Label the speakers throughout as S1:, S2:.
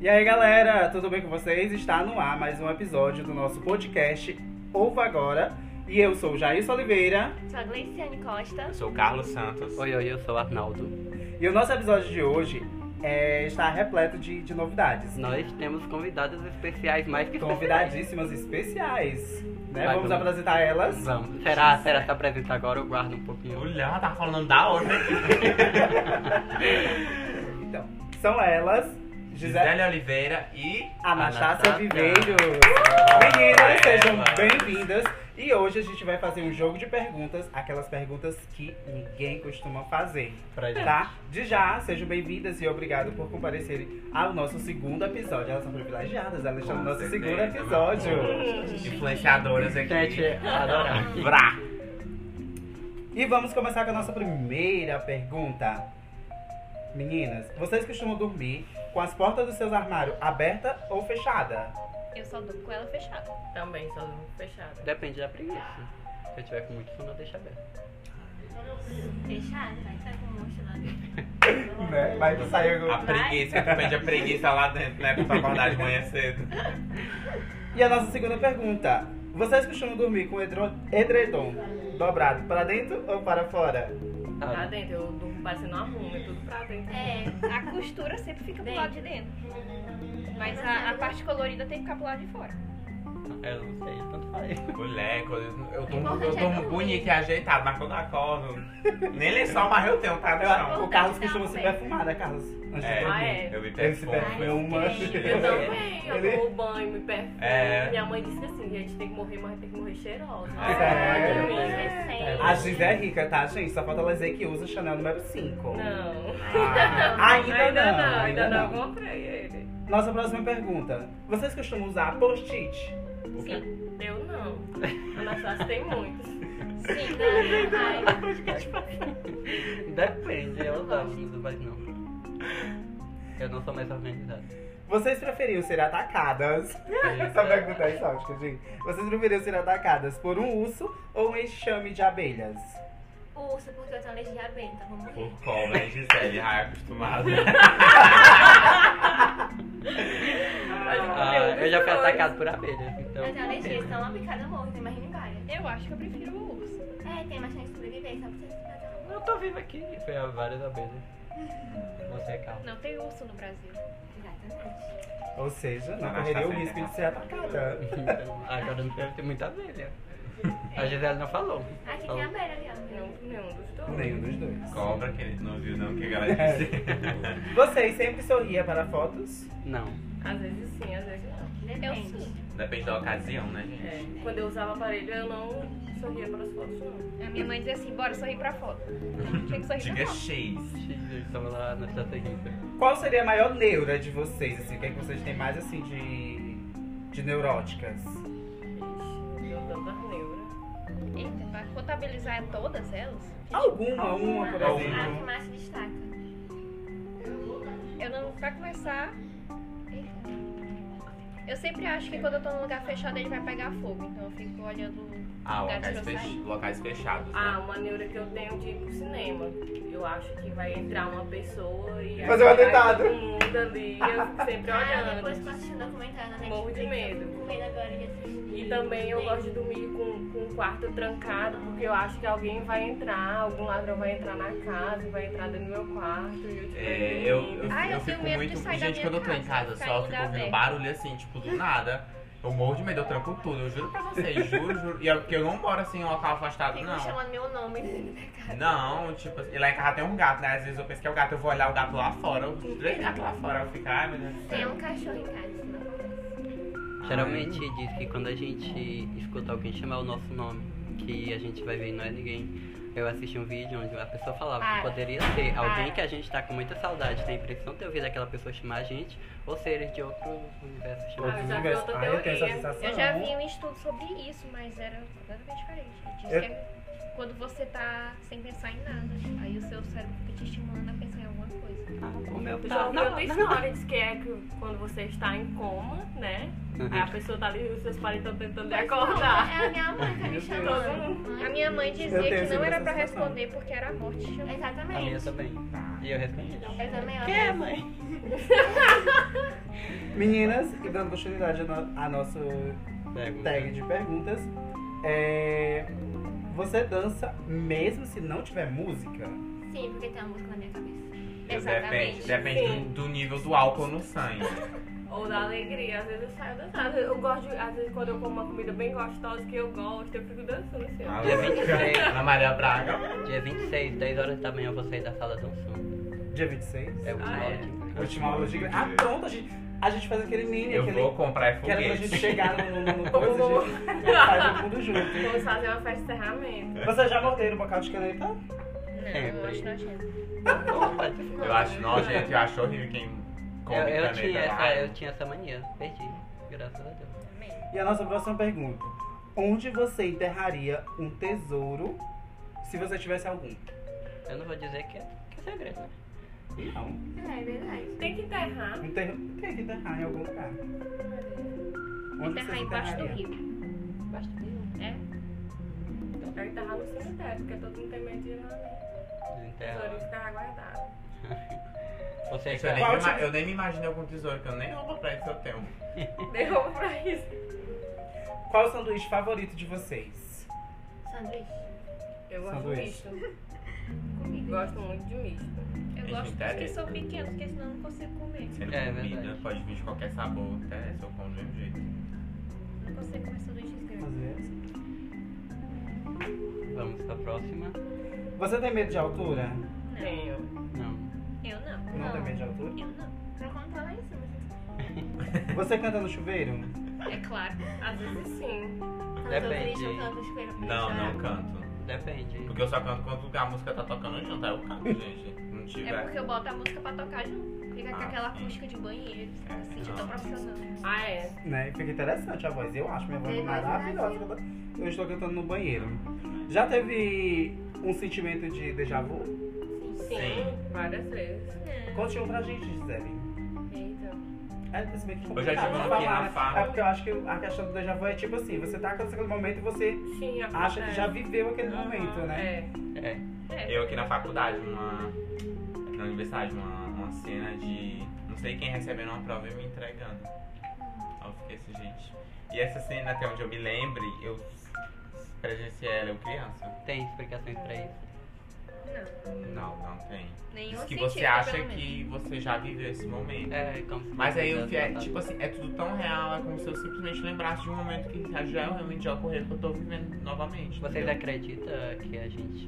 S1: E aí galera, tudo bem com vocês? Está no ar mais um episódio do nosso podcast Ouva Agora. E eu sou o Jair Oliveira.
S2: Sou a Gleiciane Costa.
S3: Eu sou o Carlos Santos.
S4: Oi, oi, eu sou o Arnaldo.
S1: E o nosso episódio de hoje é, está repleto de, de novidades.
S4: Nós temos convidados especiais mais que
S1: Convidadíssimas especiais. né?
S4: Vai,
S1: Vamos
S4: vamos.
S1: apresentar elas.
S4: especiais. Será, será que se apresenta agora? Eu guardo um pouquinho.
S3: Olha, tá falando da outra.
S1: Então, são elas, Gisele
S3: Gisele Oliveira e.
S1: Anastácia
S4: Anastácia.
S1: Viveiros.
S3: Olha
S1: Meninas, sejam
S3: ela.
S1: bem-vindas. E hoje a gente vai fazer um jogo de perguntas, aquelas perguntas que ninguém costuma fazer,
S3: Pra gente.
S1: tá? De já, sejam bem-vindas e obrigado por comparecerem ao nosso segundo episódio. Elas são privilegiadas, elas estão no
S3: Com
S1: nosso
S3: certeza, né?
S1: segundo episódio. é
S3: Influenciadoras aqui.
S4: Gente, adorar.
S3: Vrá.
S1: E vamos começar com a nossa primeira pergunta. Meninas, vocês costumam dormir com as portas dos seus armários aberta ou fechada?
S2: Eu só durmo com ela fechada.
S5: Também, só durmo fechada.
S4: Depende da preguiça. Se eu tiver com muito sono, eu deixo aberto.
S2: Fechada? Vai estar com um monstro lá dentro.
S1: Né? Vai que sai algum-
S3: A preguiça, tu pede a preguiça lá dentro, né? Pra acordar de manhã cedo.
S1: E a nossa segunda pergunta. Vocês costumam dormir com edro- edredom dobrado para dentro ou para fora?
S5: Pra
S4: Ah,
S5: dentro, eu durmo parecendo uma ruma, é tudo pra dentro.
S2: É, a costura sempre fica pro lado de dentro. Mas a, a parte colorida tem que ficar pro lado de fora.
S4: eu não sei, tanto faz.
S3: Mulher, quando eu, eu durmo,
S2: Importante
S3: eu
S2: é
S3: durmo
S2: dormir.
S3: bonito e ajeitado, mas quando eu acordo, nem lençol, mas eu tenho, tá no
S1: Eu acho que
S3: chão.
S1: o Carlos costuma se perfumar, né, Carlos? Antes de
S3: É,
S1: dormir.
S5: Ah, é.
S3: eu me
S1: Ele se
S3: perfumo.
S1: perfuma.
S2: Ai, gente,
S5: Eu também, eu
S1: um Ele-
S5: tomo banho, me perfumo.
S3: É.
S5: Minha mãe disse que assim, gente, tem que morrer, mas tem que morrer cheirosa.
S1: É.
S5: Ai, que delícia.
S1: A Giz é rica, tá, gente? Só falta ela dizer que usa Chanel número 5.
S5: Não.
S1: Ah, ainda,
S5: ainda
S1: não,
S5: não,
S1: ainda
S5: ainda
S1: não.
S5: não comprei ele.
S1: Nossa próxima pergunta. Vocês costumam usar post-it?
S2: Sim,
S5: Eu não. Anastácia tem muitos.
S2: sim, não, não,
S4: tipo assim, Depende, eu não uso, mas não. Eu não sou mais organizado.
S1: Vocês preferiam ser atacadas? Essa pergunta é exótica, gente. Vocês preferiam ser atacadas por um urso ou um enxame de abelhas?
S2: O urso, porque eu tenho alergia à benta, vou morrer.
S3: Por como, né, Gisele? Ai, acostumada.
S4: Ah, eu já fui atacado por abelhas, então.
S2: Eu tenho alergia, então uma picada eu morro, não imagina em várias.
S6: Eu acho que eu prefiro o urso.
S2: É, tem mais chance de sobreviver, só precisa se tratar um
S4: Eu tô vivo aqui. Foi a várias abelhas. Você é calmo.
S6: Não tem urso no Brasil.
S2: Exatamente.
S1: Ou seja, não
S3: Não,
S1: correria o
S3: tá certo.
S1: risco de ser atacada.
S4: Então, agora não deve ter muita abelha. A Gisele não falou.
S2: Aqui tem
S4: Falou.
S2: a beira ali,
S5: Não,
S2: ó.
S5: né?
S1: Nenhum
S5: nenhum dos dois.
S1: dos dois.
S3: Cobra, que ele não viu, não, o que ela disse.
S1: Vocês sempre sorria para fotos?
S4: Não.
S5: Às vezes sim, às vezes não.
S2: Depende.
S6: Eu sim.
S3: Depende da ocasião, né, gente?
S5: É. Quando eu usava aparelho, eu não sorria para as fotos, não.
S6: A minha mãe dizia assim, bora sorrir pra foto. Então, tinha que sorrir
S3: Diga
S6: pra foto.
S3: X.
S4: Estamos lá na estratégia.
S1: Qual seria a maior neura de vocês? Assim, o que, é que vocês têm mais assim de. de neuróticas?
S5: Ixi, eu tanta neura.
S6: Eita, pra contabilizar todas elas,
S1: Alguma, Ah, uma,
S5: né?
S1: por
S2: A
S1: exemplo.
S2: que mais se destaca.
S6: eu não... Pra começar... eita. Eu sempre acho que quando eu tô num lugar fechado, ele vai pegar fogo. Então eu fico olhando...
S3: Ah,
S6: lugares
S3: locais,
S6: pra eu
S3: fech-
S6: sair.
S3: locais fechados.
S5: Ah,
S3: né?
S5: uma neura que eu tenho de ir pro cinema. Eu acho que vai entrar uma pessoa e.
S1: Fazer um
S5: vai
S1: atentado.
S5: Todo mundo ali, eu fico sempre
S2: Ah, depois que eu
S5: olhando.
S2: assisti um documentário na Netflix,
S5: Morro de medo.
S2: eu fico com medo agora de assistir.
S5: E também eu gosto de dormir com, com o quarto trancado, porque eu acho que alguém vai entrar, algum ladrão vai entrar na casa, vai entrar dentro do meu quarto. E eu, tipo,
S3: É, eu, eu,
S6: Ah, eu
S3: eu
S6: tenho
S3: fico
S6: medo de
S3: muito.
S6: sair da
S3: gente,
S6: minha
S3: quando eu tô em
S6: casa,
S3: casa
S6: ficar
S3: só,
S6: em
S3: eu fico
S6: lugar
S3: ouvindo
S6: aberto.
S3: barulho assim, tipo, do nada. Eu morro de medo, eu tranco tudo, eu juro pra vocês, juro, juro. E é porque eu não moro assim em um local afastado,
S2: Fico
S3: não.
S2: chamando meu nome.
S3: Não, tipo, assim, e lá em casa tem um gato, né? Às vezes eu penso que é o gato, eu vou olhar o gato lá fora, os três gatos lá fora, eu fico, ai meu Deus. do
S2: Tem
S3: céu.
S2: um cachorro em casa. não.
S4: Geralmente diz que quando a gente escuta alguém chamar o nosso nome, que a gente vai ver e não é ninguém. Eu assisti um vídeo onde a pessoa falava
S2: Para.
S6: Ah.
S4: que poderia ser alguém
S2: Para.
S4: que a gente tá com muita saudade, tem a impressão de ter ouvido aquela pessoa chamar a gente, ou seres de outro universo chamar
S5: Ah,
S4: a
S5: eu
S4: gente.
S5: já vi outra
S1: Ah, eu tenho essa
S5: teoria.
S1: sensação.
S6: Eu já vi um estudo sobre isso, mas era completamente diferente. Diz
S1: Eu-
S6: que é Quando você tá sem pensar em nada. Aí o seu cérebro fica te estimulando a pensar em alguma coisa.
S4: O meu tá.
S5: Não, não, outra história diz que é que quando você está em coma, né?
S1: Uhum.
S5: Aí a pessoa tá ali e os seus pais estão tentando lhe acordar.
S7: É a minha mãe tá me chamando.
S6: A minha mãe
S1: Eu
S6: dizia
S1: tenho
S6: que não é-
S1: essa
S6: era pra
S1: sensação.
S6: responder porque era a morte chamando.
S4: A minha
S7: Exatamente.
S4: também. E eu respondi.
S7: Eu também, ó.
S4: É, mãe.
S5: um.
S1: Meninas, e dando continuidade ao no- a nosso tag de perguntas, é, você dança mesmo se não tiver música?
S7: Sim, porque tem uma música na minha cabeça.
S3: Depende,
S6: Exatamente.
S3: depende do, do nível do álcool no sangue.
S5: Ou da alegria. Às vezes eu saio dançando. Às vezes Eu gosto, de- às vezes quando eu como uma comida bem gostosa que eu gosto, eu fico dançando assim.
S3: Ah.
S5: ó.
S4: Dia 26,
S3: Ana Maria Braga.
S4: dia 26, 10 horas da manhã eu vou sair da sala dançando.
S1: Dia 26?
S4: É o
S5: Ah, é?
S4: final
S1: Última aula de inglês. Ah, pronto, a gente, a gente faz aquele mini,
S3: Eu
S1: aquele.
S3: vou comprar
S1: Que era pra gente
S3: foguete.
S1: chegar no, no, no coisa, a gente faz todo mundo junto.
S5: Vamos fazer uma festa de encerramento.
S1: Você já morderam o bocal de caneta?
S6: Não, eu
S4: Sempre.
S6: acho nojento.
S3: Eu acho nojento, eu acho horrível quem come
S4: Eu, eu,
S3: caneta lá.
S4: tinha essa, eu tinha essa mania, perdi. Graças a Deus.
S6: Também.
S1: E a nossa próxima pergunta. Onde você enterraria um tesouro se você tivesse algum?
S4: Eu não vou dizer que é, que é segredo, né?
S1: Não. Um
S7: É, é verdade.
S5: Tem que enterrar.
S1: Enterra... Tem que enterrar em algum lugar. Onde
S6: Enterrar
S1: você
S6: embaixo do
S1: enterraria?
S6: rio.
S5: Basta
S6: É?
S5: É enterrar no cemitério, porque todo mundo tem medo de ir lá, né? Tesouro
S3: É.
S4: Então,
S5: ficar guardado.
S4: você
S3: Gente,
S4: que
S3: eu, nem
S1: Qual
S3: me,
S1: tipo
S3: ima- eu nem me imagino algum tesouro, que eu nem roubo pra isso eu tenho.
S5: Derruba pra isso.
S1: Qual o sanduíche favorito de vocês?
S7: Sanduíche.
S5: Eu gosto
S1: Sanduíche.
S5: de misto. Gosto muito de misto.
S6: Eu
S3: Gente,
S6: gosto dos
S3: interessa.
S6: que são pequenos, porque senão eu não consigo comer.
S3: Sendo
S4: É,
S3: comida,
S4: verdade.
S3: pode vir de qualquer sabor, até se eu como do mesmo jeito.
S6: Não consigo comer sanduíches grandes.
S1: Fazer essa.
S4: Vamos pra próxima.
S1: Você tem medo de altura?
S5: Tenho.
S4: Não.
S6: Eu não.
S1: Não, tem medo de altura?
S6: Eu não.
S7: Pra contar lá em cima.
S1: Você canta no chuveiro?
S6: É claro.
S5: Às vezes sim.
S4: Depende.
S7: Eu canto chuveiro pra
S3: Não,
S7: chorar.
S3: não canto.
S4: Depende.
S3: Porque eu só canto quando a música tá tocando junto, aí eu canto, gente. Não
S6: É
S3: tiver.
S6: porque eu boto a música pra tocar junto. Fica com
S3: Ah, é.
S6: aquela
S3: sim.
S6: acústica de banheiro. Assim, de tão profissional.
S5: Ah, é.
S1: Né? Fica interessante a voz. Eu acho minha voz
S7: Tem voz
S1: maravilhosa. quando Eu estou cantando no banheiro. Já teve um sentimento de déjà vu?
S5: Sim.
S3: Sim.
S5: Várias vezes.
S1: Conte um pra gente, Gisele.
S5: Eita.
S1: É, isso meio que
S3: Eu já tive
S1: complicado de
S3: um aqui
S1: falar,
S3: na
S1: né?
S3: farra.
S1: É porque eu acho que a questão do déjà vu é tipo assim, você tá acontecendo aquele momento e você
S5: Sim,
S1: acha que
S5: acontece.
S1: já viveu aquele
S5: É. Aham,
S1: momento, né?
S5: É.
S4: É.
S3: Eu aqui na faculdade, uma. Na universidade, uma, uma cena de. Não sei quem recebendo uma prova e me entregando. Aí eu fiquei assim, gente. E essa cena, até onde eu me lembre, eu presenciei ela eu criança.
S4: Tem explicações pra isso?
S6: Não.
S3: Não, não tem.
S6: Nenhum
S3: Diz que
S6: sentido,
S3: você acha
S6: pelo menos.
S3: que você já viveu esse momento.
S4: É, como se
S3: Mas
S4: fosse
S3: aí eu
S4: Deus
S3: vi, é,
S4: mandado.
S3: tipo assim, é tudo tão real, é como se eu simplesmente lembrasse de um momento que já realmente já ocorreu que eu tô vivendo novamente.
S4: Vocês
S3: entendeu?
S4: acreditam que a gente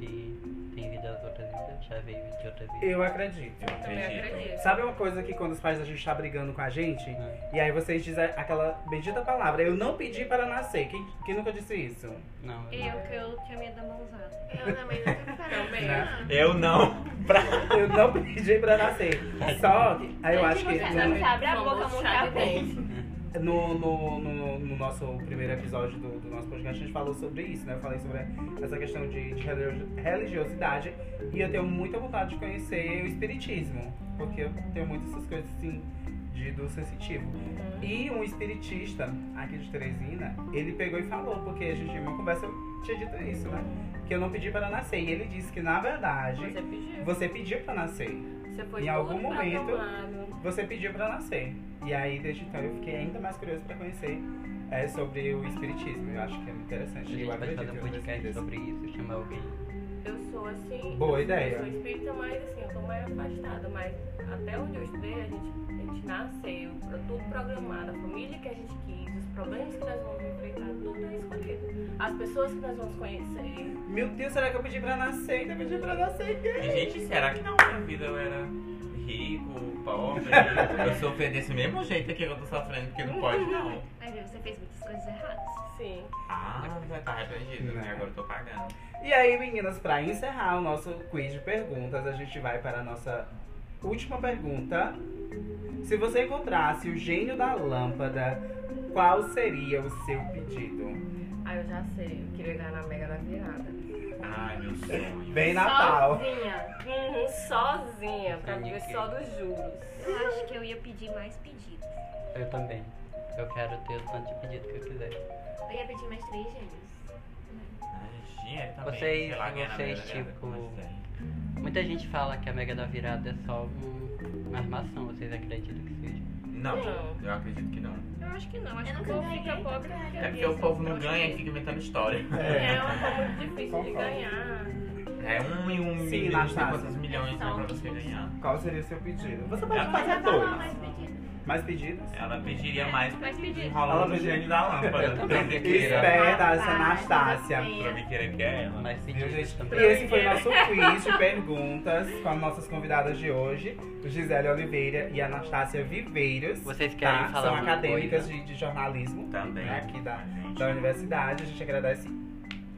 S4: tem vidas outras vidas? Já veio de outra vida?
S1: Eu acredito.
S3: Eu
S5: Também
S3: acredito.
S5: acredito.
S1: Sabe uma coisa que quando os pais da gente tá brigando com a gente,
S4: É.
S1: e aí vocês dizem aquela bendita palavra, eu não pedi para nascer. Quem, quem nunca disse isso?
S4: Não, eu
S6: Eu, É que eu tinha medo da mão usada.
S7: Eu também nunca falei.
S5: Também.
S3: Eu não. Pra...
S1: Eu não pedi para nascer. Só que, aí eu acho que
S7: Você sabe, um abre a boca,
S5: Vamos
S7: monta
S5: chá
S7: a
S5: de
S7: boca.
S5: dente.
S1: no, no, no, no nosso primeiro episódio do, do nosso podcast, a gente falou sobre isso, né? Eu falei sobre essa questão de, de religio- religiosidade. E eu tenho muita vontade de conhecer o espiritismo. Porque eu tenho muitas essas coisas assim de, do sensitivo. E um espiritista aqui de Teresina, ele pegou e falou, porque a gente tinha uma conversa, eu tinha dito isso, né? Que eu não pedi para nascer. E ele disse que, na verdade,
S5: Você pediu.
S1: você pediu para nascer.
S5: Você foi
S1: Em
S5: tudo
S1: algum
S5: pra
S1: momento-
S5: tomado.
S1: Você pediu pra nascer. E aí, desde então, eu fiquei ainda mais curioso pra conhecer é, sobre o espiritismo. Eu acho que é interessante.
S4: gente
S1: eu
S4: vai
S1: acredito
S4: fazer um
S1: em outras
S4: podcast
S1: vidas.
S4: sobre isso, chamar alguém.
S5: Eu sou
S1: Boa
S5: assim. Eu sou
S1: ideia.
S5: espírita, mas assim, eu tô mais afastada. Mas até onde eu estudei, a gente, a gente nasceu, pro- tudo programado, a família que a gente quis, os problemas que nós vamos enfrentar, tudo é escolhido. As pessoas que nós vamos conhecer.
S1: Meu Deus, será que eu pedi pra nascer? Ainda pedi pra nascer.
S3: E, gente, será que na minha vida eu era rico, pobre? Eu sofri desse mesmo jeito aqui que eu tô sofrendo, porque não pode não.
S6: Aí você fez muitas coisas erradas.
S5: Sim.
S3: Ah, vai tá arrependido, né? Agora eu tô pagando.
S1: E aí, meninas, pra encerrar o nosso quiz de perguntas, a gente vai para a nossa última pergunta. Se você encontrasse o gênio da lâmpada, qual seria o seu pedido?
S5: Aí eu já sei, eu queria ganhar na Mega da Virada.
S3: Ai, meu sonho.
S1: Bem
S5: Ah, tá.
S1: Natal.
S5: Sozinha. Uhum, sozinha. Pra
S4: Sem
S5: viver
S4: ninguém.
S5: só dos juros.
S6: Eu acho que eu ia pedir mais pedidos.
S4: Eu também. Eu quero ter o tanto de pedido que eu quiser.
S7: Eu ia pedir mais três gêmeos.
S3: Ai, Dinheiro também.
S4: Vocês-
S3: sei lá, ganha na
S4: vocês,
S3: merda,
S4: tipo,
S3: mas tem.
S4: Muita gente fala que a Mega da Virada é só um- uma armação, vocês acreditam que seja?
S3: Não,
S5: Não.
S3: eu acredito que não.
S6: Eu acho que não, acho
S7: Eu
S6: que o
S7: nunca
S6: povo
S7: ganhei,
S6: fica
S7: nunca
S6: pobre.
S7: ganhei.
S3: É porque o povo não ganha e fica inventando história.
S5: É uma coisa muito difícil de
S1: Concordo.
S5: ganhar.
S3: É um e um milhão,
S1: Sim,
S3: não sei
S1: Natasha.
S3: quantos milhões né, pra você ganhar.
S1: Qual seria o seu pedido? Você
S3: É,
S1: pode
S3: mas
S1: fazer
S7: Mas eu tava
S1: dois.
S7: mais pedindo.
S1: Mais pedidos?
S3: Ela pediria mais
S2: Mas pedir.
S1: Ela
S3: enrolando o
S1: pediria-
S3: gênio da lâmpada.
S4: Eu também
S3: Trambiqueira.
S4: queria.
S1: Esperta, essa é
S7: Rapaz,
S1: Anastácia.
S7: eu sei.
S3: Trambiqueira que é ela.
S4: Mas
S1: Viu,
S4: pedidos
S1: gente?
S4: também.
S1: E esse foi o nosso quiz de perguntas com as nossas convidadas de hoje, Gisele Oliveira e Anastácia Viveiros.
S4: Vocês querem
S1: tá?
S4: falar
S1: São
S4: alguma
S1: acadêmicas
S4: coisa?
S1: de, de jornalismo
S3: Também.
S1: né, aqui da,
S3: Gente,
S1: da universidade. A gente agradece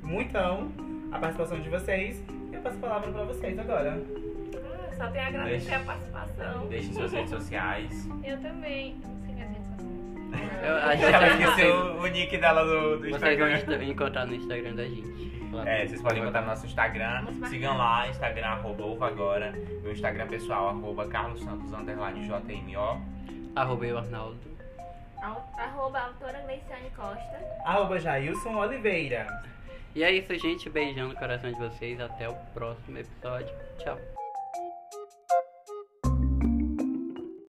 S1: muitão a participação de vocês. E eu passo a palavra pra vocês agora.
S5: Ah, só tem a agradecer a participação.
S3: Deixem suas redes sociais.
S6: Eu também. Eu não sei minhas redes sociais.
S4: Eu acho
S3: Ela
S4: que vocês,
S3: esqueceu o nick dela do, do
S4: vocês vão
S3: Instagram.
S4: insta- encontrar no Instagram da gente. Lá
S3: É,
S4: no-
S3: vocês podem encontrar no nosso Instagram.
S7: Vamos marcar.
S3: Sigam lá, Instagram, arroba ouva agora. Meu Instagram pessoal, arroba Carlos Santos, underline JMO.
S4: Arroba eu, Arnaldo.
S7: Al- Arroba autora Gleiciane Costa.
S1: Arroba Jailson Oliveira.
S4: E é isso, gente. Beijão no coração de vocês. Até o próximo episódio. Tchau.